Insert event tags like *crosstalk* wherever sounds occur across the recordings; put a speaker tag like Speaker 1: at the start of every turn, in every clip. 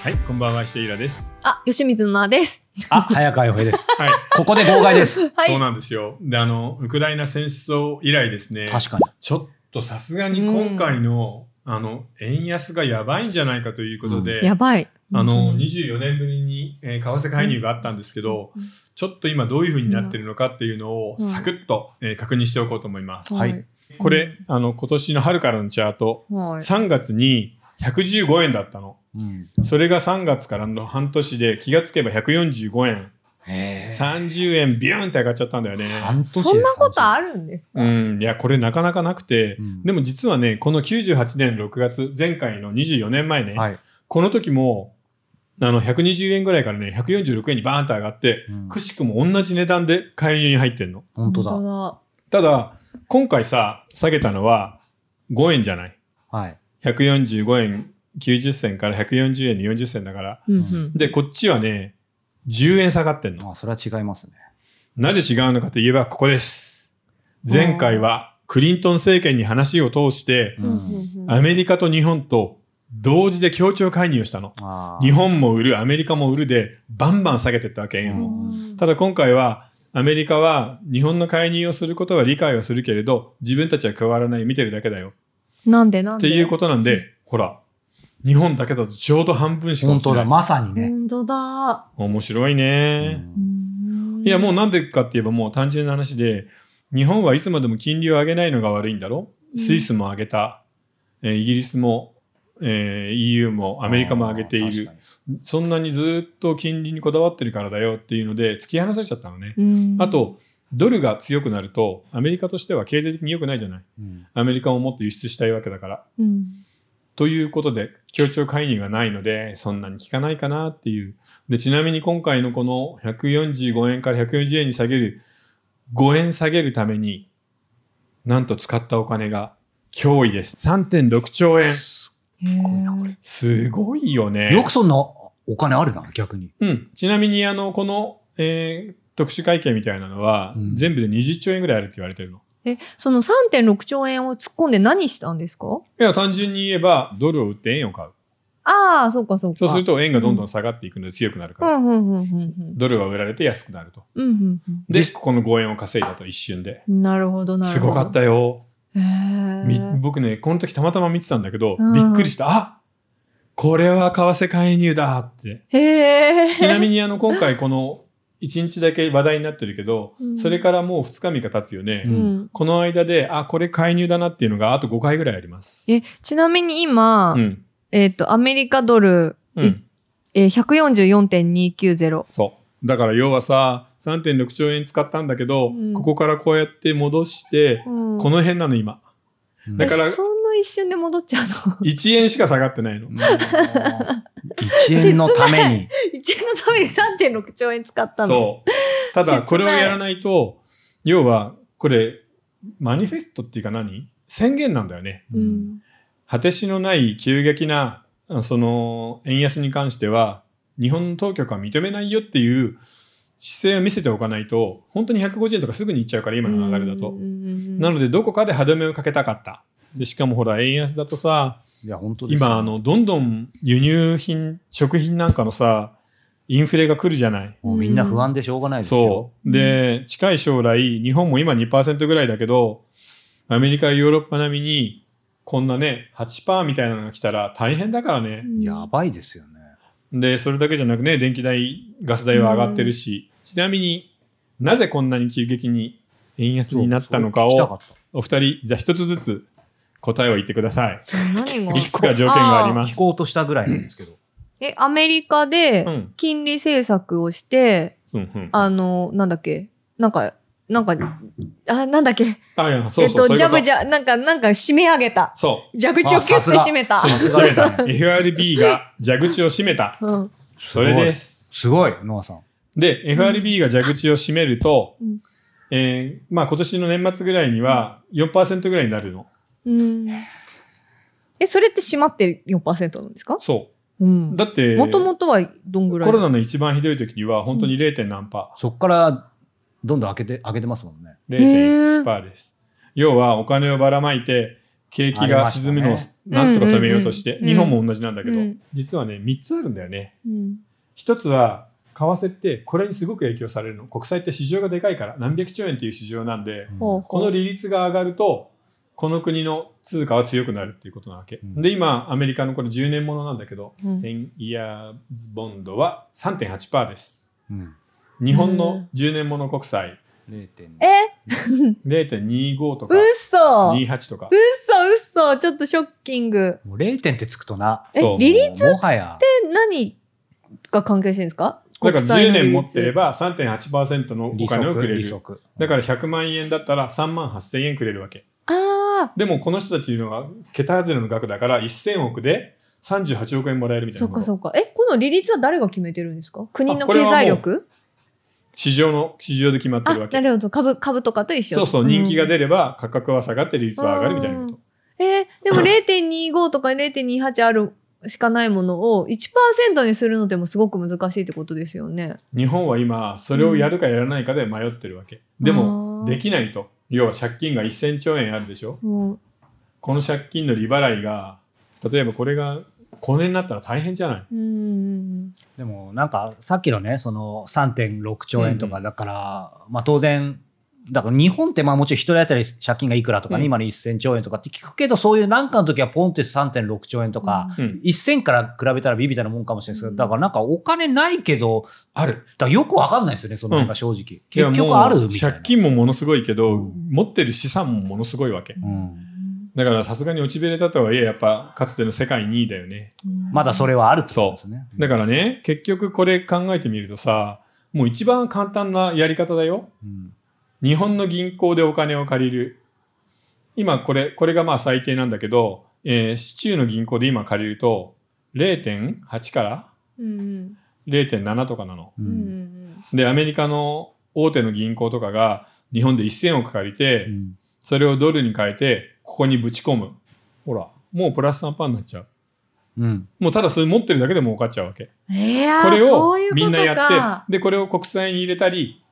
Speaker 1: はい、こんばんは、していらです。
Speaker 2: あ、吉水のなです。
Speaker 3: あ、早川洋平です。
Speaker 1: はい、
Speaker 3: ここで号外です。
Speaker 2: *laughs* はい
Speaker 1: そうなんですよ。で、あの、ウクライナ戦争以来ですね、
Speaker 3: 確かに。
Speaker 1: ちょっとさすがに今回の、あの、円安がやばいんじゃないかということで、
Speaker 2: やばい。
Speaker 1: あの、
Speaker 2: 本当に
Speaker 1: 24年ぶりに、えー為替介入があったんですけど、
Speaker 2: うん
Speaker 1: ちょっと今どういうふうになってるのかっていうのを、
Speaker 2: うん
Speaker 1: サクッと、えー確認しておこうと思います。
Speaker 2: はい
Speaker 1: これ、あの、今年の春からのチャート、
Speaker 2: はい。
Speaker 1: 3月に115円だったの。
Speaker 3: うん。
Speaker 1: それが3月からの半年で気がつけば145円。
Speaker 3: へー
Speaker 1: 30円ビューンって上がっちゃったんだよ
Speaker 3: 半
Speaker 1: ね。
Speaker 3: 年
Speaker 2: そんなことあるんですか、
Speaker 1: うん、いや、これなかなかなくて、
Speaker 3: うん
Speaker 1: でも実はね、この98年6月、前回の24年前ね、
Speaker 3: はい。
Speaker 1: この時も、あの、120円ぐらいからね、146円にバーンと上がって、
Speaker 3: うん
Speaker 1: くしくも同じ値段で介入に入ってんの。
Speaker 3: 本当だ。
Speaker 1: ただ、今回さ、下げたのは5円じゃない。
Speaker 3: はい。
Speaker 1: 145円90銭から140円に40銭だから。
Speaker 2: うんうん。
Speaker 1: で、こっちはね、10円下がってんの。
Speaker 3: あ、それは違いますね。
Speaker 1: なぜ違うのかといえばここです。前回はクリントン政権に話を通して、
Speaker 2: うんうんうん
Speaker 1: アメリカと日本と同時で協調介入をしたの。
Speaker 3: あー
Speaker 1: 日本も売る、アメリカも売るで、バンバン下げてったわけ、円を。ただ今回は、アメリカは日本の介入をすることは理解はするけれど、自分たちは変わらない、見てるだけだよ。
Speaker 2: なんでなん
Speaker 1: っ
Speaker 2: で
Speaker 1: ていうことなんで、ほら、日本だけだとちょうど半分しか
Speaker 3: 本
Speaker 1: 落ち
Speaker 3: 当
Speaker 1: な
Speaker 3: だ。
Speaker 1: い。
Speaker 3: まさにね。
Speaker 2: 本当だ。
Speaker 1: 面白いね。
Speaker 2: うん
Speaker 1: いや、もうなんでかって言えばもう単純な話で、日本はいつまでも金利を上げないのが悪いんだろ
Speaker 2: うん
Speaker 1: スイスも上げた、えーイギリスも、えー EU もアメリカも上げている
Speaker 3: あ。ー。
Speaker 1: そんなにずっと金利にこだわってるからだよっていうので、突き放されちゃったのね。
Speaker 2: うん
Speaker 1: あ、と、ドルが強くなると、アメリカとしては経済的に良くないじゃない。アメリカをもっと輸出したいわけだから。
Speaker 2: うん
Speaker 1: ということで、協調介入がないので、そんなに効かないかなっていう。で、ちなみに今回のこの145円から140円に下げる、5円下げるために、なんと使ったお金が脅威です。3.6兆円。
Speaker 2: へ
Speaker 3: ごいな
Speaker 2: ー
Speaker 3: こ
Speaker 1: すごいよ
Speaker 3: う
Speaker 1: ね。
Speaker 3: んよくそんなお金あるな、逆に。
Speaker 1: うん。ちなみに、あの、この、えー特殊会計みたいなのは、
Speaker 3: うん
Speaker 1: 全部で20兆円ぐらいあるって言われてるの。
Speaker 2: え、その3.6兆円を突っ込んで何したんですか
Speaker 1: いや、単純に言えば、ドルを売って円を買う。
Speaker 2: ああ、そうかそうか。
Speaker 1: そうすると、円がどんどん下がっていくので強くなるか
Speaker 2: う
Speaker 1: ら、
Speaker 2: んうんうんうん
Speaker 1: ドルは売られて安くなると。
Speaker 2: うん。うんうん
Speaker 1: で、ここの5円を稼いだと一瞬で。
Speaker 2: うん。なるほど、なる
Speaker 1: す
Speaker 2: ほど。
Speaker 1: ごかったよ。
Speaker 2: た。へ
Speaker 1: み
Speaker 2: ー
Speaker 1: 僕ね、この時たまたま見てたんだけど、
Speaker 2: うん
Speaker 1: びっくりした。あこれは為替介入だ
Speaker 2: *laughs*
Speaker 1: って。
Speaker 2: へえ。
Speaker 1: ちなみにあの、今回この1日だけ話題になってるけど、
Speaker 2: うん
Speaker 1: それからもう2日3日経つよね。
Speaker 3: う
Speaker 2: うん
Speaker 1: この間で、あ、これ介入だなっていうのがあと5回ぐらいあります。
Speaker 2: え、ちなみに今、
Speaker 1: うん。
Speaker 2: えっ、と、アメリカドル、
Speaker 1: う
Speaker 2: い
Speaker 1: ん。
Speaker 2: えー、144.290。
Speaker 1: そう。だから要はさ、3.6兆円使ったんだけど、
Speaker 2: うん
Speaker 1: ここからこうやって戻して、
Speaker 2: うん
Speaker 1: この辺なの今。
Speaker 3: うん
Speaker 1: だから
Speaker 2: えそんな一瞬で戻っちゃうの *laughs*
Speaker 1: 1円しか下がってないの。
Speaker 3: 1円のために。
Speaker 2: 一円のために3.6兆円使ったの。
Speaker 1: そう。ただ、
Speaker 2: 切ない
Speaker 1: これをやらないと、要は、これ、マニフェストっていうか何宣言なんだよね。
Speaker 2: う
Speaker 3: うん
Speaker 2: ん。
Speaker 1: 果てしのない急激な、あその、円安に関しては、日本の当局は認めないよっていう姿勢を見せておかないと、本当に150円とかすぐに行っちゃうから、今の流れだ
Speaker 2: う
Speaker 1: と
Speaker 2: ん。うんうんうん
Speaker 1: なので、どこかで歯止めをかけたかった。で、しかもほら、円安だとさ、
Speaker 3: いや、本当ですよ
Speaker 1: 今あ、のどんどん輸入品食品なんかのさインフレが来るじゃない
Speaker 3: もうみんな不安でしょうがないですよ
Speaker 1: そ。うで近い将来日本も今2%ぐらいだけどアメリカヨーロッパ並みにこんなね8%みたいなのが来たら大変だからね
Speaker 2: うん
Speaker 3: やばいですよね。
Speaker 1: でそれだけじゃなくね電気代ガス代は上がってるしちなみになぜこんなに急激に円安になったのか
Speaker 3: そう聞きた
Speaker 1: を
Speaker 3: った
Speaker 1: お二人じゃあ一つずつ答えを言ってください
Speaker 2: 何が
Speaker 1: いくつか条件があり
Speaker 2: す。
Speaker 1: ます
Speaker 3: 聞こうとしたぐらいなんですけど。
Speaker 2: え、アメリカで
Speaker 1: うん
Speaker 2: 金利政策をして、
Speaker 1: うんうん
Speaker 2: あの、なんだっけなんか、なんか、あ、なんだっけ
Speaker 1: あいやそう
Speaker 2: え
Speaker 1: そうそ
Speaker 2: っと、
Speaker 1: うい
Speaker 2: ジ
Speaker 1: う
Speaker 2: ャ
Speaker 1: こ
Speaker 2: ブ
Speaker 1: と
Speaker 2: ジャ、なんか、なんか締め上げた。
Speaker 1: そう
Speaker 2: 蛇口をキュッて締めた。
Speaker 3: あさす
Speaker 1: 閉
Speaker 3: が
Speaker 1: め
Speaker 3: です
Speaker 1: た
Speaker 3: ね
Speaker 1: FRB が蛇口を閉めた。
Speaker 2: うん。
Speaker 1: それです。
Speaker 3: すごい、ノアさん。
Speaker 1: で、FRB が蛇口を閉めると、
Speaker 2: うん
Speaker 1: えーまあ今年の年末ぐらいには4%ぐらいになるの。
Speaker 2: うん。え、それって閉まって4%なんですか
Speaker 1: そ
Speaker 2: うん
Speaker 1: う。。だって、
Speaker 2: もともとはどんぐらい
Speaker 1: コロナの一番ひどい時には本当に 0. 何パ
Speaker 3: そっからどんどん開けて、開けてますもんね。
Speaker 1: ー、
Speaker 2: へー
Speaker 1: 0.1%です。要はお金をばらまいて、景気が沈むの
Speaker 3: あり
Speaker 1: を
Speaker 3: ました
Speaker 1: なんとか止めようとして、
Speaker 2: うんうん
Speaker 1: 日本も同じなんだけど、
Speaker 2: うん
Speaker 1: 実はね3つあるんだよね
Speaker 2: うん
Speaker 1: 一つは為替ってこれにすごく影響されるの国債って市場がでかいから何百兆円っていう市場なんで
Speaker 2: ほう
Speaker 1: こ
Speaker 2: ほ
Speaker 1: の
Speaker 2: う
Speaker 1: 利率が上がるとこの国の通貨は強くなるっていうことなわけ、
Speaker 3: うん
Speaker 1: で今アメリカのこれ10年ものなんだけど
Speaker 2: うん
Speaker 1: 10イヤーズボンドは3.8%です
Speaker 3: うん
Speaker 1: 日本の10年もの国債
Speaker 3: 0点
Speaker 2: え
Speaker 1: 0.25とか
Speaker 2: 嘘
Speaker 1: 28とか
Speaker 2: 嘘嘘ちょっとショッキング。
Speaker 3: もう0点ってつくとな。
Speaker 2: え
Speaker 1: そう
Speaker 2: 利率
Speaker 3: もうもはや。
Speaker 2: え何が関係してるんですか
Speaker 1: だから
Speaker 2: 国債
Speaker 1: 10
Speaker 2: の利
Speaker 1: 年
Speaker 2: 率
Speaker 1: 持ってれば3.8%のお金をくれ
Speaker 3: 利
Speaker 1: る
Speaker 3: 息。
Speaker 1: だ
Speaker 3: か
Speaker 1: から100万円だったら3万8000円くれるわけ
Speaker 2: ああ、
Speaker 1: でもこの人たちいうのは桁外れの額だから1000億で38億円もらえるみたい
Speaker 2: そ
Speaker 1: な
Speaker 2: っ
Speaker 1: こと
Speaker 2: かそっか。え、この利率は誰が決めてるんですか国
Speaker 1: あ
Speaker 2: の
Speaker 1: これ
Speaker 2: 経
Speaker 1: はもう
Speaker 2: 済力
Speaker 1: 市場の市場で決まって
Speaker 2: あ、
Speaker 1: るわ
Speaker 2: な
Speaker 1: け
Speaker 2: るほど。株、株とかと一緒。
Speaker 1: そうそう人気が
Speaker 2: る。
Speaker 1: 出れば価格は下がって利率は上がるみたいなこと
Speaker 2: えーでも0.25とか0.28あるしかないものを1%にするのでもすごく難しいってことですよね。
Speaker 1: 日本は今それをやるかやらないかで迷ってるわけで
Speaker 2: あ
Speaker 1: も
Speaker 2: ー
Speaker 1: できないと要は借金が1000兆円あるでしょ
Speaker 2: も、
Speaker 1: この借金の利払いが例えばこれがこれになったら大変じゃないう
Speaker 2: うん。
Speaker 3: でもなんかさっきのね、その3.6兆円と
Speaker 1: うんう
Speaker 3: か、だから、まあ当然、だから日本ってまあもちろん一人当たり借金がいくらとか
Speaker 1: う
Speaker 3: ね、
Speaker 1: ん
Speaker 3: 今の1000兆円とかって聞くけど、そういうなんかの時はポンって3.6兆円とか、
Speaker 1: うん、
Speaker 3: 1000から比べたらビビたなもんかもしれないですけ
Speaker 2: うん
Speaker 3: ど、だからなんかお金ないけど、
Speaker 1: ある
Speaker 3: だからよくわかんないですよね、その辺が正直。
Speaker 1: いや
Speaker 3: 結局
Speaker 1: もう
Speaker 3: あるみたいな。
Speaker 1: 借金もものすごいけど、
Speaker 3: うん
Speaker 1: 持ってる資産もものすごいわけ
Speaker 3: うん、
Speaker 1: だからさすがに落ちぶれたとはいえやっぱかつての世界2位だよね
Speaker 3: まだそ
Speaker 2: れ。
Speaker 3: れはあるってことですね。
Speaker 1: だからね結局これ考えてみるとさもう一番簡単なやり方だよ
Speaker 3: うん
Speaker 1: 日本の銀行でお金を借りる今これこれがまあ最低なんだけど、えー、市中の銀行で今借りると0.8から
Speaker 2: うん
Speaker 1: 0.7とかなの
Speaker 3: う
Speaker 2: うん。うん
Speaker 3: ん
Speaker 1: でアメリカの大手の銀行とかが日本で1,000億借りて、それをドルに変えてここにぶち込むほらもうプラス3パーになっちゃう
Speaker 3: うん
Speaker 1: もうただそれ持ってるだけで儲かっちゃうわけ
Speaker 2: うんいやー
Speaker 1: これを
Speaker 2: そういうこと
Speaker 1: み
Speaker 2: か
Speaker 1: んなやってでこれを国債に入れたり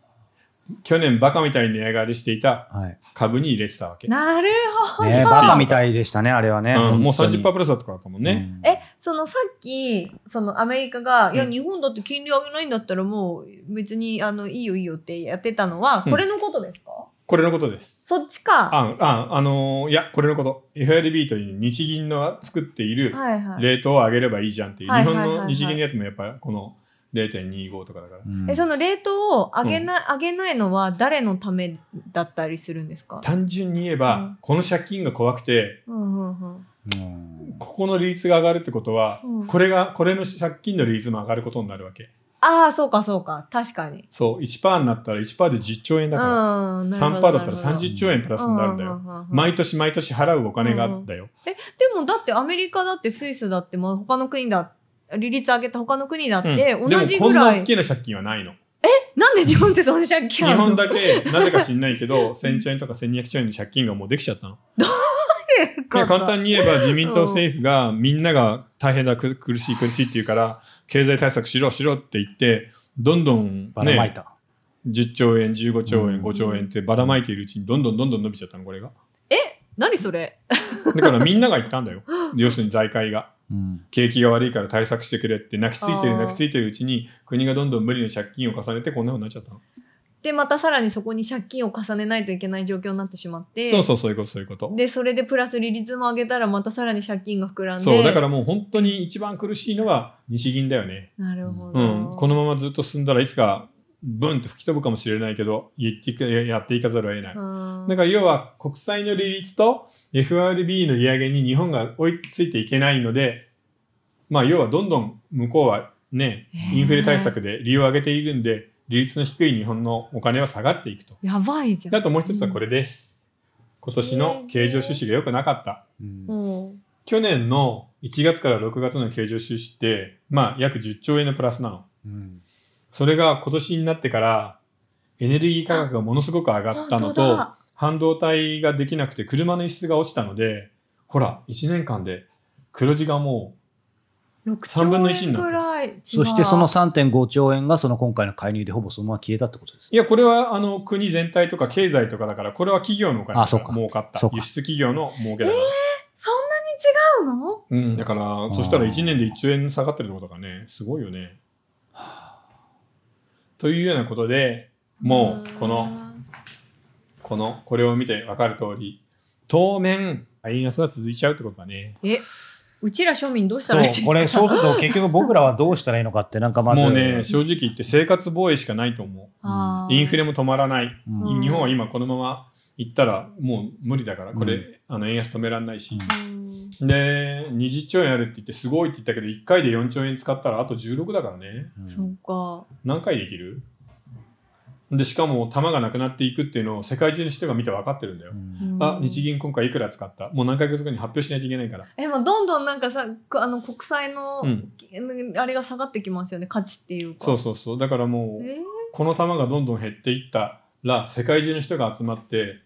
Speaker 1: 去年バカみたいに値上がりしていた
Speaker 3: はい
Speaker 1: 株に入れてたわけ、
Speaker 2: なるほど。
Speaker 3: ね、バカみたいでしたね、あれはね。
Speaker 1: うん、もう
Speaker 3: 本当に
Speaker 1: 30%プラスだとかだったもんね、、
Speaker 3: うん
Speaker 2: え、そのさっき、そのアメリカが、いや、
Speaker 1: うん
Speaker 2: 日本だって金利上げないんだったらもう別に、あの、いいよいいよってやってたのは、
Speaker 1: うん
Speaker 2: これのことですか
Speaker 1: これのことです
Speaker 2: そっちか。
Speaker 1: あああのーいやこれのこと FRB という日銀の作っている
Speaker 2: はいはい。
Speaker 1: レートを上げればいいじゃんっていう、
Speaker 2: はい
Speaker 1: 日
Speaker 2: はい
Speaker 1: 本
Speaker 2: はいはい
Speaker 1: の日銀のやつもやっぱりこの0.25とかだから
Speaker 3: うん
Speaker 2: え、そのレートを上げな、上げないのは誰のためだったりするんですか
Speaker 1: 単純に言え
Speaker 2: う
Speaker 1: ば
Speaker 2: ん
Speaker 1: この借金が怖くて
Speaker 2: うんうんうん。
Speaker 3: うん
Speaker 1: ここの利率が上がるってことは、
Speaker 2: うん
Speaker 1: これがこれの借金の利率も上がることになるわけ
Speaker 2: ああ、そうかそうか。確かに。
Speaker 1: そう1%になったら1%で10兆円だから、
Speaker 2: うん。なるほ
Speaker 1: 3%
Speaker 2: ど
Speaker 1: だったら
Speaker 2: なるほど
Speaker 1: 30兆円プラスになるんだよ、
Speaker 2: ううううん
Speaker 1: 毎年毎年払うお金がだよ、
Speaker 2: でもだってアメリカだってスイスだってまあ他の国だ利率上げた他の国だって
Speaker 1: うん
Speaker 2: 同じ
Speaker 1: でもこ
Speaker 2: ぐ
Speaker 1: んな
Speaker 2: らい、
Speaker 1: 大きな借金はないの
Speaker 2: なんで日本ってその借
Speaker 1: 日
Speaker 2: 金あるの
Speaker 1: 本だけなぜか知んないけ *laughs* ど1000兆円とか1200兆円の借金がもうできちゃったの
Speaker 2: け
Speaker 1: で簡単に言えば自民党政府がみんなが大変だく苦しい苦しいって言うから経済対策しろしろって言ってどんどん
Speaker 3: ばらまい
Speaker 1: ね
Speaker 3: た。
Speaker 1: 10兆円15兆円
Speaker 3: うん
Speaker 1: 5兆円ってばらまいているうちにどんどんどんどん伸びちゃったのこれが
Speaker 2: 何それ
Speaker 1: だからみんなが言ったんだよ要するに財界が
Speaker 3: うん
Speaker 1: 景気が悪いから対策してくれって泣きついて
Speaker 2: あ
Speaker 1: る
Speaker 2: ー
Speaker 1: 泣きついてるうちに国がどんどん無理な借金を重ねてこんなふうになっちゃったの、
Speaker 2: でまたさらにそこに借金を重ねないといけない状況になってしまって
Speaker 1: そうそうそういうことそういうこと
Speaker 2: でそれでプラス利率も上げたらまたさらに借金が膨らんで
Speaker 1: そうだからもう本当に一番苦しいのは日銀だよね
Speaker 2: なるほど、
Speaker 1: うん、このままずっと進んだらいつかブンって吹き飛ぶかもしれないけど言っていくやっていかざるを得ない、
Speaker 2: うん
Speaker 1: だから要は国債の利率と FRB の利上げに日本が追いついていけないのでまあ要はどんどん向こうはね
Speaker 2: へー
Speaker 1: インフレ対策で利用を上げているんで利率の低い日本のお金は下がっていくと
Speaker 2: やばいじゃん
Speaker 1: であともう一つはこれです今年の経常収支が良くなかった
Speaker 3: うん
Speaker 2: うん
Speaker 1: 去年の1月から6月の経常収支ってまあ約10兆円のプラスなの
Speaker 3: うん
Speaker 1: それが今年になってからエネルギー価格がものすごく上がったの
Speaker 2: あ本当
Speaker 1: と
Speaker 2: だ
Speaker 1: 半導体ができなくて車の輸出が落ちたのでほら1年間で黒字がも
Speaker 2: 6
Speaker 1: 3分の1になった
Speaker 2: 兆円ぐらい違う
Speaker 3: そしてその3.5兆円がその今回の介入でほぼそのまま消えたってことです
Speaker 1: う。いやこれはあの国全体とか経済とかだからこれは企業のお金だ
Speaker 3: あそ
Speaker 1: か
Speaker 3: う
Speaker 1: ら
Speaker 3: か
Speaker 1: 儲かった
Speaker 3: そうか
Speaker 1: 輸出企業の儲けだから、
Speaker 2: そんなに違うの
Speaker 1: うん、だから、そしたら1年で1兆円下がってるってことだからね、すごいよね。というようなことで、もう、この、この、これを見て分かる通り、当面、円安が続いちゃうってことだね。
Speaker 2: えうちら庶民どうした
Speaker 3: そ
Speaker 2: ら
Speaker 3: う
Speaker 2: いいですか
Speaker 3: これそうすると結局僕らはどうしたらいいのかってなんかまず
Speaker 1: もうね、正直言って生活防衛しかないと思
Speaker 2: *laughs* あ
Speaker 1: う。
Speaker 2: ー
Speaker 1: インフレも止まらない。
Speaker 2: うん
Speaker 1: 日本は今このまま行ったらもう無理だから、これ、
Speaker 3: う
Speaker 1: あの円安止められないし。
Speaker 2: うん
Speaker 1: で、20兆円あるって言ってすごいって言ったけど、1回で4兆円使ったらあと16だからね。
Speaker 3: うん
Speaker 2: そうか
Speaker 1: 何回できるで、しかも玉がなくなっていくっていうのを世界中の人が見て分かってるんだよ
Speaker 3: う。ん
Speaker 2: うん
Speaker 1: あ、日銀今回いくら使ったもう何回か後に発表しないといけないから。
Speaker 2: えまあどんどんなんかさくあの国債の、
Speaker 1: うん。
Speaker 2: あれが下がってきますよね価値っていうか
Speaker 1: そうそうそう。だからもう、
Speaker 2: えー
Speaker 1: この玉がどんどん減っていったら世界中の人が集まって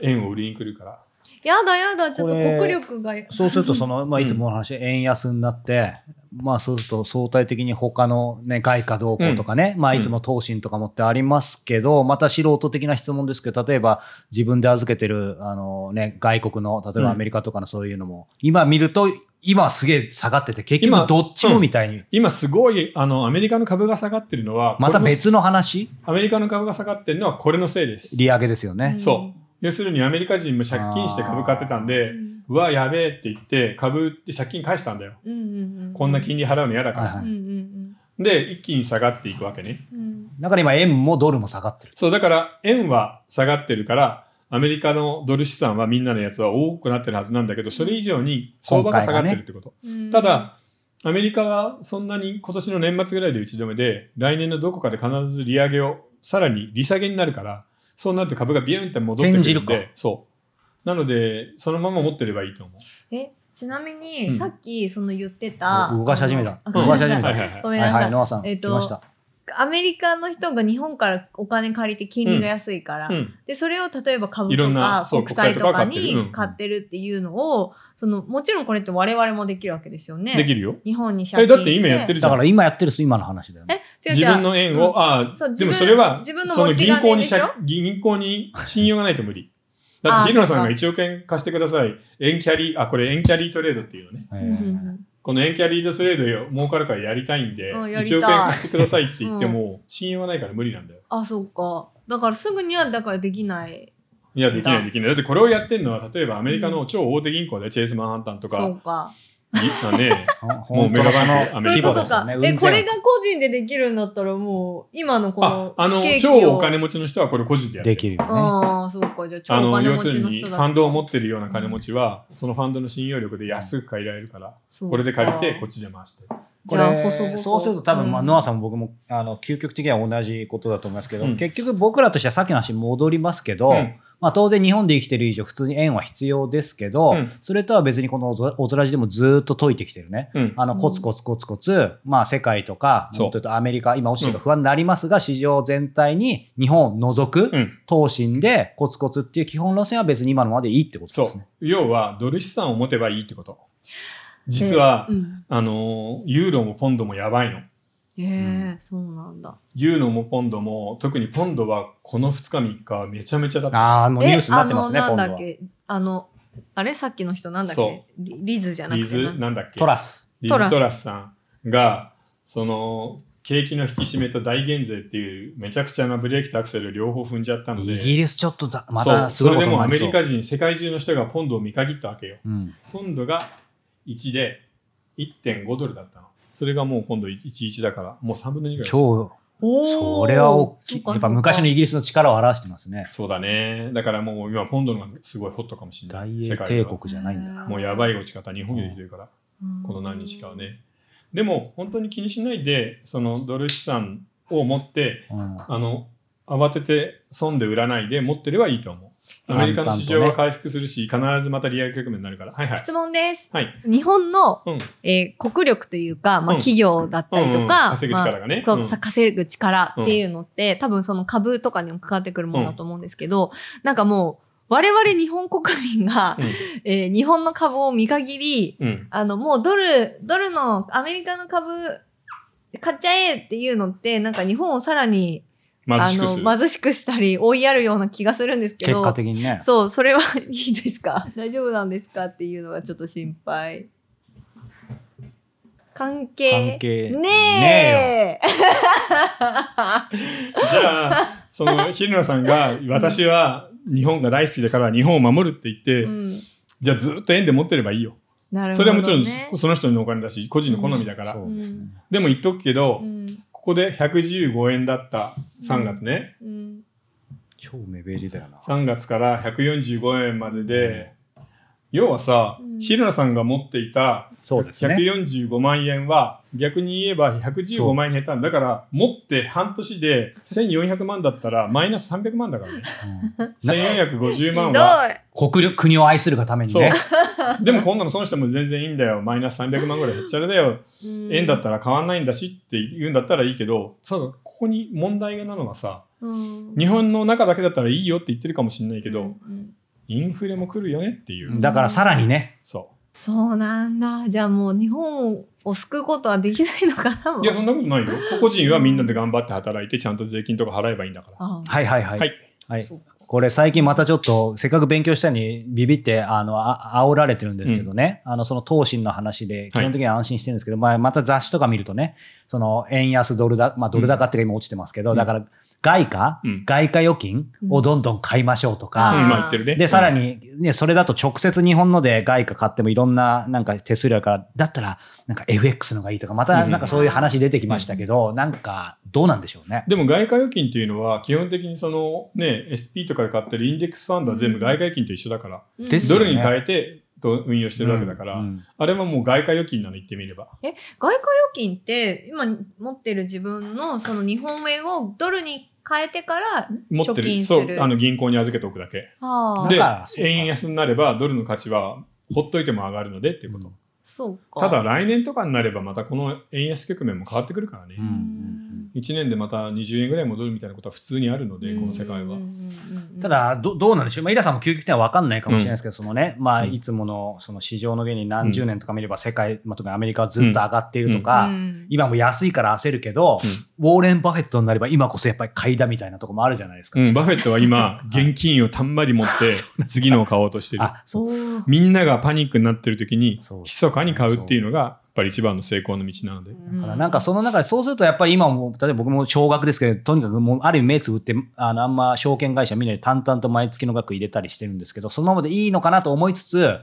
Speaker 1: 円を売りに来るから
Speaker 2: やだやだちょっと
Speaker 3: これ
Speaker 2: 国力が
Speaker 3: そうするとその、まあ、
Speaker 1: うん
Speaker 3: いつもの話、円安になって、まあ、そうすると相対的に他の、ね、外貨動向とかね、まあ、いつも投信とかもってありますけど、また素人的な質問ですけど例えば自分で預けてるあの、ね、外国の例え
Speaker 1: うん
Speaker 3: ばアメリカとかのそういうのも、今見ると今すげえ下がってて結
Speaker 1: 今
Speaker 3: 局どっち
Speaker 1: う
Speaker 3: も
Speaker 1: ん
Speaker 3: みたいに、
Speaker 1: 今すごいあのアメリカの株が下がってるのは
Speaker 3: また
Speaker 1: これの
Speaker 3: 別の話
Speaker 1: アメリカの株が下がってるのはこれのせいです
Speaker 3: 利上げですよね。
Speaker 1: そ要するにアメリカ人も借金して株買ってたん
Speaker 2: う
Speaker 1: で
Speaker 2: ん
Speaker 1: うわやべえって言って株売って借金返したんだよ
Speaker 2: うんうんうん
Speaker 1: こんな金利払うの嫌だから、
Speaker 3: はいは
Speaker 2: うん
Speaker 3: い
Speaker 2: うん
Speaker 1: で一気に下がっていくわけね
Speaker 2: うんうん
Speaker 3: だから今円もドルも下がってる。
Speaker 1: そうだから円は下がってるからアメリカのドル資産はみんなのやつは多くなってるはずなんだけどそれ以上に相場が下がってるってこと、
Speaker 2: うん
Speaker 1: ただ、アメリカはそんなに今年の年末ぐらいで打ち止めで、来年のどこかで必ず利上げを、さらに利下げになるから、そうなると株がビューンって戻ってく
Speaker 3: 転
Speaker 1: る
Speaker 3: じ
Speaker 1: ん
Speaker 3: る
Speaker 1: で
Speaker 3: か、
Speaker 1: そう。なので、そのまま持ってればいいと思う。
Speaker 2: えちなみに、
Speaker 1: うん
Speaker 2: さっきその言ってた
Speaker 3: お動かし始めた
Speaker 2: あ
Speaker 3: 動かし始めた
Speaker 1: はいはいはい
Speaker 2: ご
Speaker 3: は
Speaker 2: め
Speaker 3: い
Speaker 2: んなさい、
Speaker 3: はい、ノアさん、
Speaker 2: えっと
Speaker 3: 来ました。
Speaker 2: アメリカの人が日本からお金借りて金利が安いから、
Speaker 1: うん。
Speaker 2: でそれを例えば株
Speaker 1: いろ
Speaker 2: と
Speaker 1: ん
Speaker 2: か
Speaker 1: なそう
Speaker 2: 国債とか
Speaker 1: 国債とか買ってるう
Speaker 2: に
Speaker 1: ん
Speaker 2: 買ってるっていうのをそのもちろんこれって我々もできるわけですよね。
Speaker 1: できるよ。
Speaker 2: 日本に借
Speaker 1: え、
Speaker 2: 金
Speaker 1: だ
Speaker 2: して
Speaker 1: って今やってるじ
Speaker 3: だ
Speaker 1: ゃ
Speaker 3: か
Speaker 1: ん。
Speaker 3: ら今やってる今の話だよね。
Speaker 2: え違う違う
Speaker 1: 自分の円
Speaker 2: うん
Speaker 1: を、あ
Speaker 2: そう
Speaker 1: あ、
Speaker 2: 自
Speaker 1: で
Speaker 2: 分
Speaker 1: もそれは、
Speaker 2: 自分の
Speaker 1: そ
Speaker 2: 持
Speaker 1: の
Speaker 2: ち
Speaker 1: 銀行に
Speaker 2: 金でしょ
Speaker 1: 借、銀行に信用がないと無理。
Speaker 2: *laughs* あ
Speaker 1: だっ
Speaker 2: あ
Speaker 1: て、ヒロさん
Speaker 2: そ
Speaker 1: が
Speaker 2: っか
Speaker 1: 1億円貸してください。円キャリー、あ、これ円キャリートレードっていうのね。
Speaker 3: え
Speaker 2: うんうんう
Speaker 3: ー
Speaker 2: ん
Speaker 1: この円キャリードトレードを儲かるからやりたいんで、
Speaker 2: うん
Speaker 1: 1
Speaker 2: やり
Speaker 1: 億
Speaker 2: たい
Speaker 1: 円貸してくださいって言っても、信用がないから無理なんだよ。
Speaker 2: あそうかだからすぐにはだからできない
Speaker 1: いや、できな
Speaker 2: だ
Speaker 1: い、できない。だってこれをやってるのは、例えばアメリカの超大手銀行で、チェイス・マンハンタンと
Speaker 2: そ
Speaker 1: か、
Speaker 2: うか
Speaker 1: いあね、もう
Speaker 3: 本
Speaker 1: メ
Speaker 3: 当
Speaker 1: ガ
Speaker 3: だそ
Speaker 1: バン
Speaker 3: の
Speaker 1: ク、ア
Speaker 2: そ
Speaker 1: メ
Speaker 2: うい
Speaker 1: リ
Speaker 2: うこ
Speaker 1: カ
Speaker 2: と
Speaker 1: だ
Speaker 3: 規模
Speaker 1: し
Speaker 2: か、え
Speaker 3: ですよね雲
Speaker 2: こ
Speaker 3: 仙
Speaker 2: れが個人でできるんだったらもう今のこ
Speaker 1: あ
Speaker 2: の、
Speaker 1: あの、
Speaker 2: 不景気
Speaker 1: 超
Speaker 2: を
Speaker 1: お金持ちの人はこれ個人でやって
Speaker 3: で
Speaker 1: る。
Speaker 3: きるよね。
Speaker 2: ああそうかじゃあ超
Speaker 1: あの、
Speaker 2: お金
Speaker 1: 要
Speaker 2: 持
Speaker 1: す
Speaker 2: ち
Speaker 1: る
Speaker 2: の
Speaker 1: に、
Speaker 2: 人
Speaker 1: フ
Speaker 2: だ
Speaker 1: ァンドを持ってるような金持ちは、そのファンドの信用力で安く借りられるから、
Speaker 2: そうか
Speaker 1: これで借りて、こっちで回して。
Speaker 3: こ
Speaker 2: じゃあ
Speaker 3: れ
Speaker 2: 細々
Speaker 3: そうすると多分、まあ、
Speaker 2: うん
Speaker 3: ノアさんも僕もあの究極的には同じことだと思いますけど、
Speaker 1: うん
Speaker 3: 結局僕らとしてはさっきの話に戻りますけど、
Speaker 1: うん
Speaker 3: まあ、当然日本で生きてる以上普通に円は必要ですけ
Speaker 1: う
Speaker 3: ど、
Speaker 1: ん
Speaker 3: それとは別にこのおぞおとらじでもずっと解いてきてるね。
Speaker 1: うん。
Speaker 3: あのコツコツコツコツ、まあ、世界とか
Speaker 1: そう
Speaker 3: もっと言うとアメリカ今落ちてるか不安になりますが、市場全体に日本を除く、
Speaker 1: うん
Speaker 3: 投信でコツコツっていう基本路線は別に今のままでいいってこと
Speaker 1: そ
Speaker 3: で
Speaker 1: う
Speaker 3: すね。。
Speaker 1: 要は、ドル資産を持てばいいってこと。実は
Speaker 2: う、ん
Speaker 1: あの、ユーロもポンドもやばいの。
Speaker 2: へえそうなんだ
Speaker 1: ユーロもポンドも特にポンドはこの2日3日はめちゃめちゃだった
Speaker 3: ああもうニュースになってますね
Speaker 2: えあの
Speaker 3: 今
Speaker 2: なんだっ
Speaker 3: 度は。
Speaker 2: けあのあれさっきの人なんだっ
Speaker 1: そ
Speaker 2: けリリズじゃな
Speaker 1: リ
Speaker 2: くて
Speaker 1: ズ
Speaker 2: な
Speaker 1: なんだっけ
Speaker 3: トラス。
Speaker 1: リ
Speaker 2: トラ
Speaker 1: ズ
Speaker 2: ス
Speaker 1: トラスさんがその景気の引き締めと大減税っていうめちゃくちゃなブレーキとアクセル両方踏んじゃったの
Speaker 3: イ
Speaker 1: で
Speaker 3: ギリスちょっとだま
Speaker 1: そう
Speaker 3: たすごい
Speaker 1: そ
Speaker 3: こ
Speaker 1: れで
Speaker 3: とに
Speaker 1: も
Speaker 3: な
Speaker 1: ア
Speaker 3: り
Speaker 1: メ
Speaker 3: そう
Speaker 1: リカ人世界中の人がポンドを見限ったわけよ
Speaker 3: うん、
Speaker 1: ポンドが1で1.5ドルだったのそれがもう今度11だからもう3分の2ぐらい
Speaker 3: 今日
Speaker 2: おー
Speaker 3: それは大き
Speaker 2: そう
Speaker 3: い
Speaker 2: か
Speaker 3: やっぱ昔のイギリスの力を表してますね
Speaker 1: そうだねだからもう今ポンドの方がすごいホットかもしれな
Speaker 3: 大
Speaker 1: い
Speaker 3: 英帝国じゃないんだ
Speaker 2: だ
Speaker 1: もうやばい落ち方日本よりひどいからこの何日かはね。でも本当に気にしないでそのドル資産を持って
Speaker 3: うん
Speaker 1: あの慌てて損で売らないで持ってればいいと思う。アメリカの市場は回復するし、必ずまた利上げ局面になるから。はいはい。
Speaker 2: 質問です
Speaker 1: はい。
Speaker 2: 日本の、
Speaker 1: うん
Speaker 2: えー国力というか、まあ、
Speaker 1: うん
Speaker 2: 企業だったりとか、
Speaker 1: うんうん稼ぐ力がね
Speaker 2: まあそう
Speaker 1: うん
Speaker 2: さ稼ぐ力っていうのって、多分その株とかにも関わってくるものだと思うんですけど、なんかもう我々日本国民が、
Speaker 1: うん
Speaker 2: えー日本の株を見限り
Speaker 1: うん。
Speaker 2: あのもうドルドルのアメリカの株買っちゃえっていうのってなんか日本をさらに
Speaker 1: 貧
Speaker 2: あ
Speaker 1: しくする。
Speaker 2: の貧しくしたり追いやるような気がするんですけ
Speaker 3: 結
Speaker 2: ど
Speaker 3: 果的にね。
Speaker 2: そうそれはいいですか *laughs* 大丈夫なんですかっていうのがちょっと心配関係
Speaker 3: 関係
Speaker 2: ねえ
Speaker 1: じゃあ、その、ひるなさんが、私は日本が大好きだから日本を守るって言って、
Speaker 2: うん
Speaker 1: じゃあずっと円で持ってればいいよ。
Speaker 2: なるほ
Speaker 1: そ
Speaker 2: どね
Speaker 1: れはもちろんその人のお金だし、個人の好みだから。
Speaker 3: そうですね
Speaker 1: でも言っとくけど、
Speaker 2: うん
Speaker 1: ここで115円だった3月ね、
Speaker 2: うん
Speaker 3: 超目減りだよな。
Speaker 1: 3月から145円までで、要はさ
Speaker 2: うん、
Speaker 1: ひるなさんが持っていた
Speaker 3: そうですね。
Speaker 1: 145万円は、逆に言えば115万円減ったんだから、持って半年で1400万だったら、マイナス300万だからね。
Speaker 3: うん
Speaker 1: 1450
Speaker 2: ひ
Speaker 1: 万
Speaker 2: ど
Speaker 1: は。
Speaker 3: 国力、国を愛するがために
Speaker 1: そう
Speaker 3: ね。。
Speaker 1: でもこんなの損しても全然いいんだよ。マイナス300万ぐらい減っちゃうだよ。
Speaker 2: い、うん
Speaker 1: 円だったら変わんないんだしって言うんだったらいいけど、ただここに問題なのがさ、
Speaker 2: うん
Speaker 1: 日本の中だけだったらいいよって言ってるかもしれないけ
Speaker 2: う
Speaker 1: ど
Speaker 2: ん、うん
Speaker 1: インフレも来るよねっていう。
Speaker 3: だからさらにね。
Speaker 1: そ
Speaker 2: そうなんだじゃあもう日本を救うことはできないのかなもう
Speaker 1: う。いや、そんなことないよ。個人はみんなで頑張って働いて、ちゃんと税金とか払えばいいんだから。
Speaker 2: あ
Speaker 3: はいはいはい。
Speaker 1: はい。
Speaker 3: はい
Speaker 2: そうか
Speaker 3: これ最近またちょっとせっかく勉強したのにビビってあのあ煽られてるんですけどね、あのその投信の話で基本的には安心してるんですけど、まあ、また雑誌とか見るとねその円安ドルだ、まあ、ドル高っていうか今落ちてますけど、
Speaker 1: うん
Speaker 3: だから外貨、
Speaker 1: うん
Speaker 3: 外貨預金をどんどん買いましょうと
Speaker 1: うん、
Speaker 3: か、
Speaker 2: あー
Speaker 1: まあ言ってるね。
Speaker 3: で、さらに、ね、それだと直接日本ので外貨買ってもいろんな、なんか手数料あるから、だったら、なんか FX のがいいとか、またなんかそういう話出てきましたけど、なんかどうなんでしょうね。
Speaker 1: でも外貨預金っていうのは基本的にそのね SP とかで買ってるインデックスファンドは全部外貨預金と一緒だから、
Speaker 2: うん
Speaker 3: ですよ
Speaker 1: ド
Speaker 3: ね
Speaker 1: ルに変えてと運用してるわけだから、
Speaker 3: うん
Speaker 1: あれはもう外貨預金なの言ってみれば
Speaker 2: 外貨預金って今持ってる自分のその日本円をドルに変えてから
Speaker 1: 持って
Speaker 2: 貯金
Speaker 1: る
Speaker 2: す
Speaker 1: そ
Speaker 2: る
Speaker 1: うあの銀行に預けておくだけ
Speaker 2: ああ
Speaker 1: で
Speaker 3: だからそうか
Speaker 1: 円安になればドルの価値はほっといても上がるのでっていうこと、
Speaker 2: そうか
Speaker 1: ただ来年とかになればまたこの円安局面も変わってくるからね、
Speaker 3: う
Speaker 2: うんん
Speaker 1: 1年でまた20円ぐらい戻るみたいなことは普通にあるのでこの世界は、
Speaker 2: うんうんうん
Speaker 3: ただど、どうなんでしょう、まあ、イラさんも究極点は分かんないかもしれないですけど、そのね、まあ、
Speaker 1: うん
Speaker 3: いつものその市場の原理何十年とか見れば、世界、まあ、特にアメリカはずっと上がっているとか、
Speaker 2: うん
Speaker 3: 今も安いから焦るけど、ウォーレン・バフェットになれば、今こそやっぱり買いだみたいなところもあるじゃないですか。
Speaker 1: うんバフェットは今現金をたんまり持
Speaker 3: *laughs*
Speaker 1: って次のを買おうとしてる
Speaker 3: あそう
Speaker 2: おー
Speaker 1: みんながパニックになってる時に
Speaker 3: そう
Speaker 1: 密かに買うっていうのがやっぱり一番の成功の道なので、
Speaker 3: だからなんかその中でそうするとやっぱり今も例えば僕も少額ですけどとにかくもうある意味目つぶってあのあんま証券会社見ないで淡々と毎月の額入れたりしてるんですけどそのままでいいのかなと思いつつ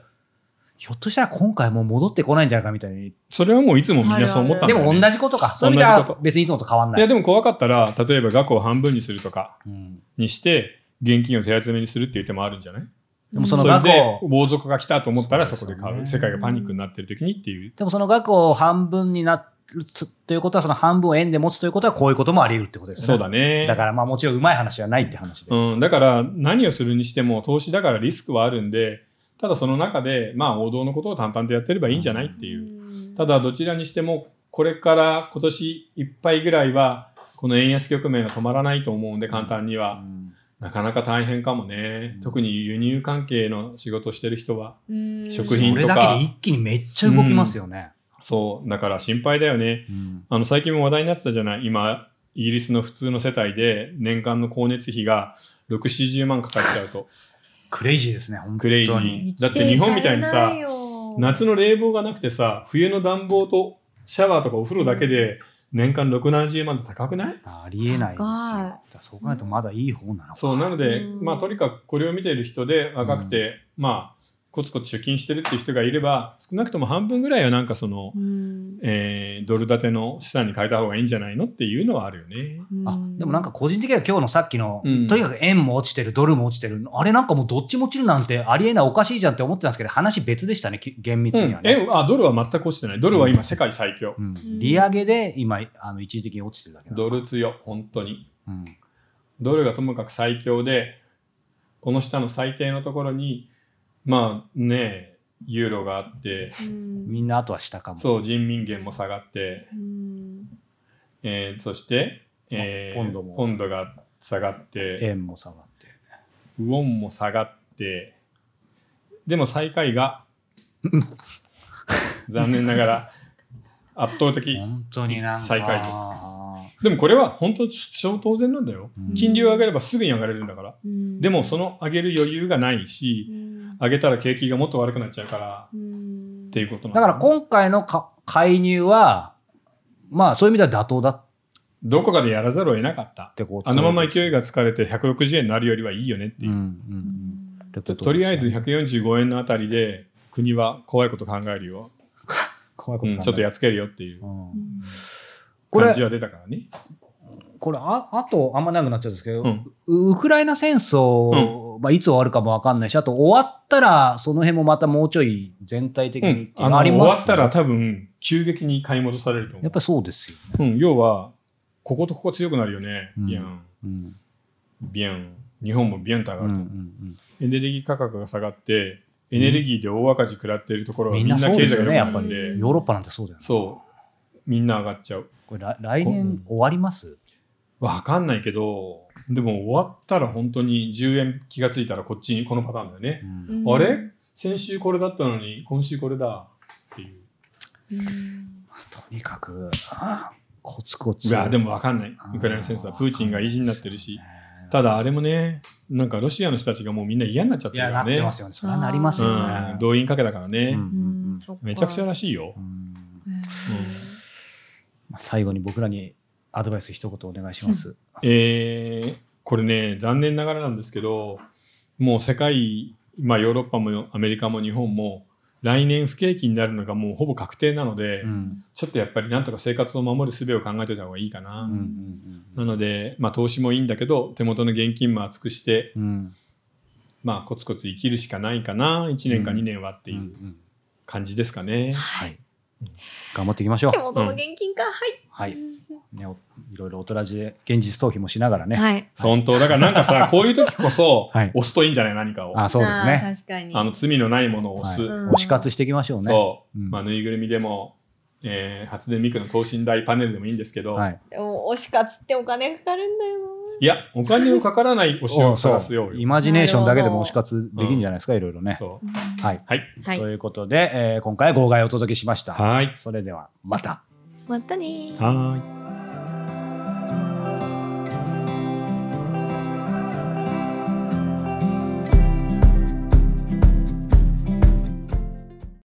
Speaker 3: ひょっとしたら今回もう戻ってこないんじゃないかみたいに
Speaker 1: それはもういつもみんなそう思ったんだ
Speaker 3: で
Speaker 1: よ、ね、
Speaker 3: も同じことかそういう意味で
Speaker 1: 同じこ
Speaker 3: は
Speaker 1: と
Speaker 3: 別にいつもと変わんない
Speaker 1: や
Speaker 3: い、
Speaker 1: でも怖かったら例えば額を半分にするとか
Speaker 3: うん、
Speaker 1: にして現金を手集めにするっていう手もあるんじゃない
Speaker 3: でもその
Speaker 1: それ
Speaker 3: 額
Speaker 1: で
Speaker 3: を
Speaker 1: 王族が来たと思ったらそこで買
Speaker 3: そ
Speaker 1: う
Speaker 3: うです
Speaker 1: 世
Speaker 3: よね
Speaker 1: 界がパニックになってる時にっていう
Speaker 3: でもその額を半分になるということはその半分を円で持つということはこういうこともあり得るってことですね
Speaker 1: そうだね
Speaker 3: だからまあもちろんうまい話じゃないって話で、
Speaker 1: うん、だから何をするにしても投資だからリスクはあるんでただその中でまあ王道のことを淡々とやってればいいんじゃないっていうただどちらにしてもこれから今年いっぱいぐらいはこの円安局面が止まらないと思うんで簡単にはなかなか大変かもね
Speaker 3: うん
Speaker 1: 特に輸入関係の仕事してる人は
Speaker 2: うん
Speaker 1: 食
Speaker 3: そ
Speaker 1: 品
Speaker 3: れ
Speaker 1: とか
Speaker 3: だけで一気にめっちゃ動きますよね、
Speaker 1: そうだから心配だよね
Speaker 3: うん
Speaker 1: あの最近も話題になってたじゃない今イギリスの普通の世帯で年間の光熱費が640万かかっちゃうと
Speaker 3: クレイジーですね、本当に
Speaker 1: クレイジーだって日本みたいにさ
Speaker 2: 生きていかれないよ
Speaker 1: 夏の冷房がなくてさ冬の暖房とシャワーとかお風呂だけで年間670万って高くない
Speaker 3: ありえないで
Speaker 2: 高い
Speaker 3: すよ。だからそう考えるとまだいい方なのか。
Speaker 1: そうなので、
Speaker 2: うん
Speaker 1: まあとにかくこれを見ている人で若くて、まあコツコツ貯金してるっていう人がいれば少なくとも半分ぐらいはなんかその、
Speaker 2: うん
Speaker 1: えードル建ての資産に変えた方がいいんじゃないのっていうのはあるよね。
Speaker 3: あでもなんか個人的には今日のさっきの、
Speaker 1: うん
Speaker 3: とにかく円も落ちてるドルも落ちてるあれなんかもうどっちも落ちるなんてありえないおかしいじゃんって思ってたんですけど話別でしたねき厳密
Speaker 1: う
Speaker 3: に
Speaker 1: ん
Speaker 3: は、ね、
Speaker 1: 円あドルは全く落ちてないドルは今世界最強、
Speaker 3: うん利上げで今あの一時的に落ちてるだけなの
Speaker 1: ドル強本当に
Speaker 3: うん
Speaker 1: ドルがともかく最強でこの下の最低のところにまあねユーロがあって
Speaker 2: うん
Speaker 3: みんなあとは下かも
Speaker 1: そう人民元も下がって
Speaker 2: うん
Speaker 1: えーそして、えー
Speaker 3: ポンドも
Speaker 1: ポンドが下がって、
Speaker 3: 円も下がって
Speaker 1: ウォンも下がって、でも最下位が、残念ながら、圧倒的。
Speaker 3: 本当になんか
Speaker 1: 最下位です
Speaker 3: あー
Speaker 1: でもこれは本当、超当然なんだよ。
Speaker 3: うん
Speaker 1: 金利を上げればすぐに上がれるんだから。
Speaker 2: うん
Speaker 1: でも、その上げる余裕がないし
Speaker 2: う、ん
Speaker 1: 上げたら景気がもっと悪くなっちゃうから
Speaker 2: うん
Speaker 1: っていうことなん
Speaker 3: だから今回のか介入は、まあそういう意味では妥当だっ
Speaker 1: どこかでやらざるを得なかった。
Speaker 3: てこと
Speaker 1: あのまま勢い
Speaker 3: い
Speaker 1: が疲れて160円になるよりはいいよねっていうう。
Speaker 3: んうんうんって
Speaker 1: と
Speaker 3: ことですね
Speaker 1: とりあえず145円のあたりで国は怖いこと考えるよ、
Speaker 3: 怖いこ
Speaker 1: う
Speaker 3: と
Speaker 1: ん
Speaker 3: なんだ
Speaker 1: ちょっとやっつけるよっていう
Speaker 3: うん
Speaker 2: うん
Speaker 3: これ
Speaker 1: 感じは出たからね。
Speaker 3: これああとあんまなくなっちゃうんですけど、
Speaker 1: うん
Speaker 3: ウウクライナ戦争、まあ、いつ終わるかもわかんないしあと終わったらその辺もまたもうちょい全体的
Speaker 1: う
Speaker 3: に
Speaker 1: ん
Speaker 3: っ、ていう
Speaker 1: あ
Speaker 3: の
Speaker 1: の
Speaker 3: あり
Speaker 1: 終
Speaker 3: ます、
Speaker 1: わったら多分急激に買い戻されると思
Speaker 3: やっ
Speaker 1: う。
Speaker 3: ぱりそうですよね、
Speaker 1: うん、要はこことここ強くなるよね。
Speaker 3: うん
Speaker 1: ビャン、
Speaker 3: うん
Speaker 1: ビャン、日本もビャンと上
Speaker 3: う
Speaker 1: が
Speaker 3: ん
Speaker 1: る
Speaker 3: う
Speaker 1: と、
Speaker 3: ん
Speaker 1: エネルギー価格が下がってエネルギーで大赤字食らっているところは
Speaker 3: み
Speaker 1: み
Speaker 3: ん
Speaker 1: ん
Speaker 3: な
Speaker 1: な
Speaker 3: そう
Speaker 1: 経
Speaker 3: です
Speaker 1: 済
Speaker 3: よ
Speaker 1: が
Speaker 3: ね
Speaker 1: 良く
Speaker 3: やっぱ
Speaker 1: なるん
Speaker 3: り
Speaker 1: で、
Speaker 2: うん
Speaker 3: ヨーロッパなんてそうだよね
Speaker 1: そうみんな上がっちゃう。
Speaker 3: これ来来
Speaker 1: うん
Speaker 3: 年終わります
Speaker 1: わかんないけどでも終わったら本当に10円気がついたらこっちにこのパターンだよね。
Speaker 3: うん
Speaker 2: うん
Speaker 1: あれ先週これだったのに今週これだっていう。
Speaker 2: うん
Speaker 3: とにかくああコツコツ
Speaker 1: いやでもわかんない
Speaker 3: あー
Speaker 1: ウクライナ戦争はプーチンが意地になってるし
Speaker 3: わかんないですね
Speaker 1: ただあれもねなんかロシアの人たちがもうみんな嫌になっちゃっ
Speaker 3: い
Speaker 1: てる
Speaker 3: や
Speaker 1: か
Speaker 3: な
Speaker 1: ら
Speaker 3: って
Speaker 1: ね
Speaker 3: ますよねそれはなりますよね
Speaker 1: うん、動員かけだからね、
Speaker 3: うん
Speaker 2: うんそっか
Speaker 1: めちゃくちゃらしいよ
Speaker 3: う、ん
Speaker 2: うん
Speaker 3: まあ最後に僕らにアドバイス一言お願いします、
Speaker 1: えーこれね残念ながらなんですけどもう世界まあヨーロッパもアメリカも日本も来年不景気になるのがもうほぼ確定なので、
Speaker 3: うん
Speaker 1: ちょっとやっぱりなんとか生活を守る術を考えておいた方がいいかな、
Speaker 3: うん
Speaker 1: なので、まあ、投資もいいんだけど手元の現金も厚くして、
Speaker 3: うんうん
Speaker 1: まあ、コツコツ生きるしかないかな1年か2年はって
Speaker 3: うんう
Speaker 1: いうん感じですかね。
Speaker 3: はい頑張っていきましょう
Speaker 2: 手元の現金か、はい
Speaker 3: はいねおいろいろおとらじで現実逃避もしながらね
Speaker 2: はい
Speaker 1: 本当だからなんかさこういう時こそ
Speaker 3: *laughs* はい
Speaker 1: 押すといいんじゃない何かをあ
Speaker 3: あそうです
Speaker 2: あ
Speaker 3: ね
Speaker 2: ー確かに
Speaker 1: の罪のないものを押す、
Speaker 3: はい
Speaker 2: うん
Speaker 3: 推し活していきましょうね
Speaker 1: そう、
Speaker 3: うん
Speaker 1: まあ、ぬいぐるみでも、えー発電ミクの等身大パネルでもいいんですけど、、
Speaker 3: はいい
Speaker 2: でも推し活ってお金かかるんだよな、
Speaker 1: やお金をかからない推しを探すよ
Speaker 3: そううイ
Speaker 1: よ
Speaker 3: マジネーションだけでも推し活できるんじゃないですかいろいろね
Speaker 1: そう
Speaker 3: はいい
Speaker 1: はい
Speaker 2: はい
Speaker 3: と、いうことでえー今回は号外をお届けしました
Speaker 1: はい
Speaker 3: それではまた
Speaker 2: またねー
Speaker 1: はーい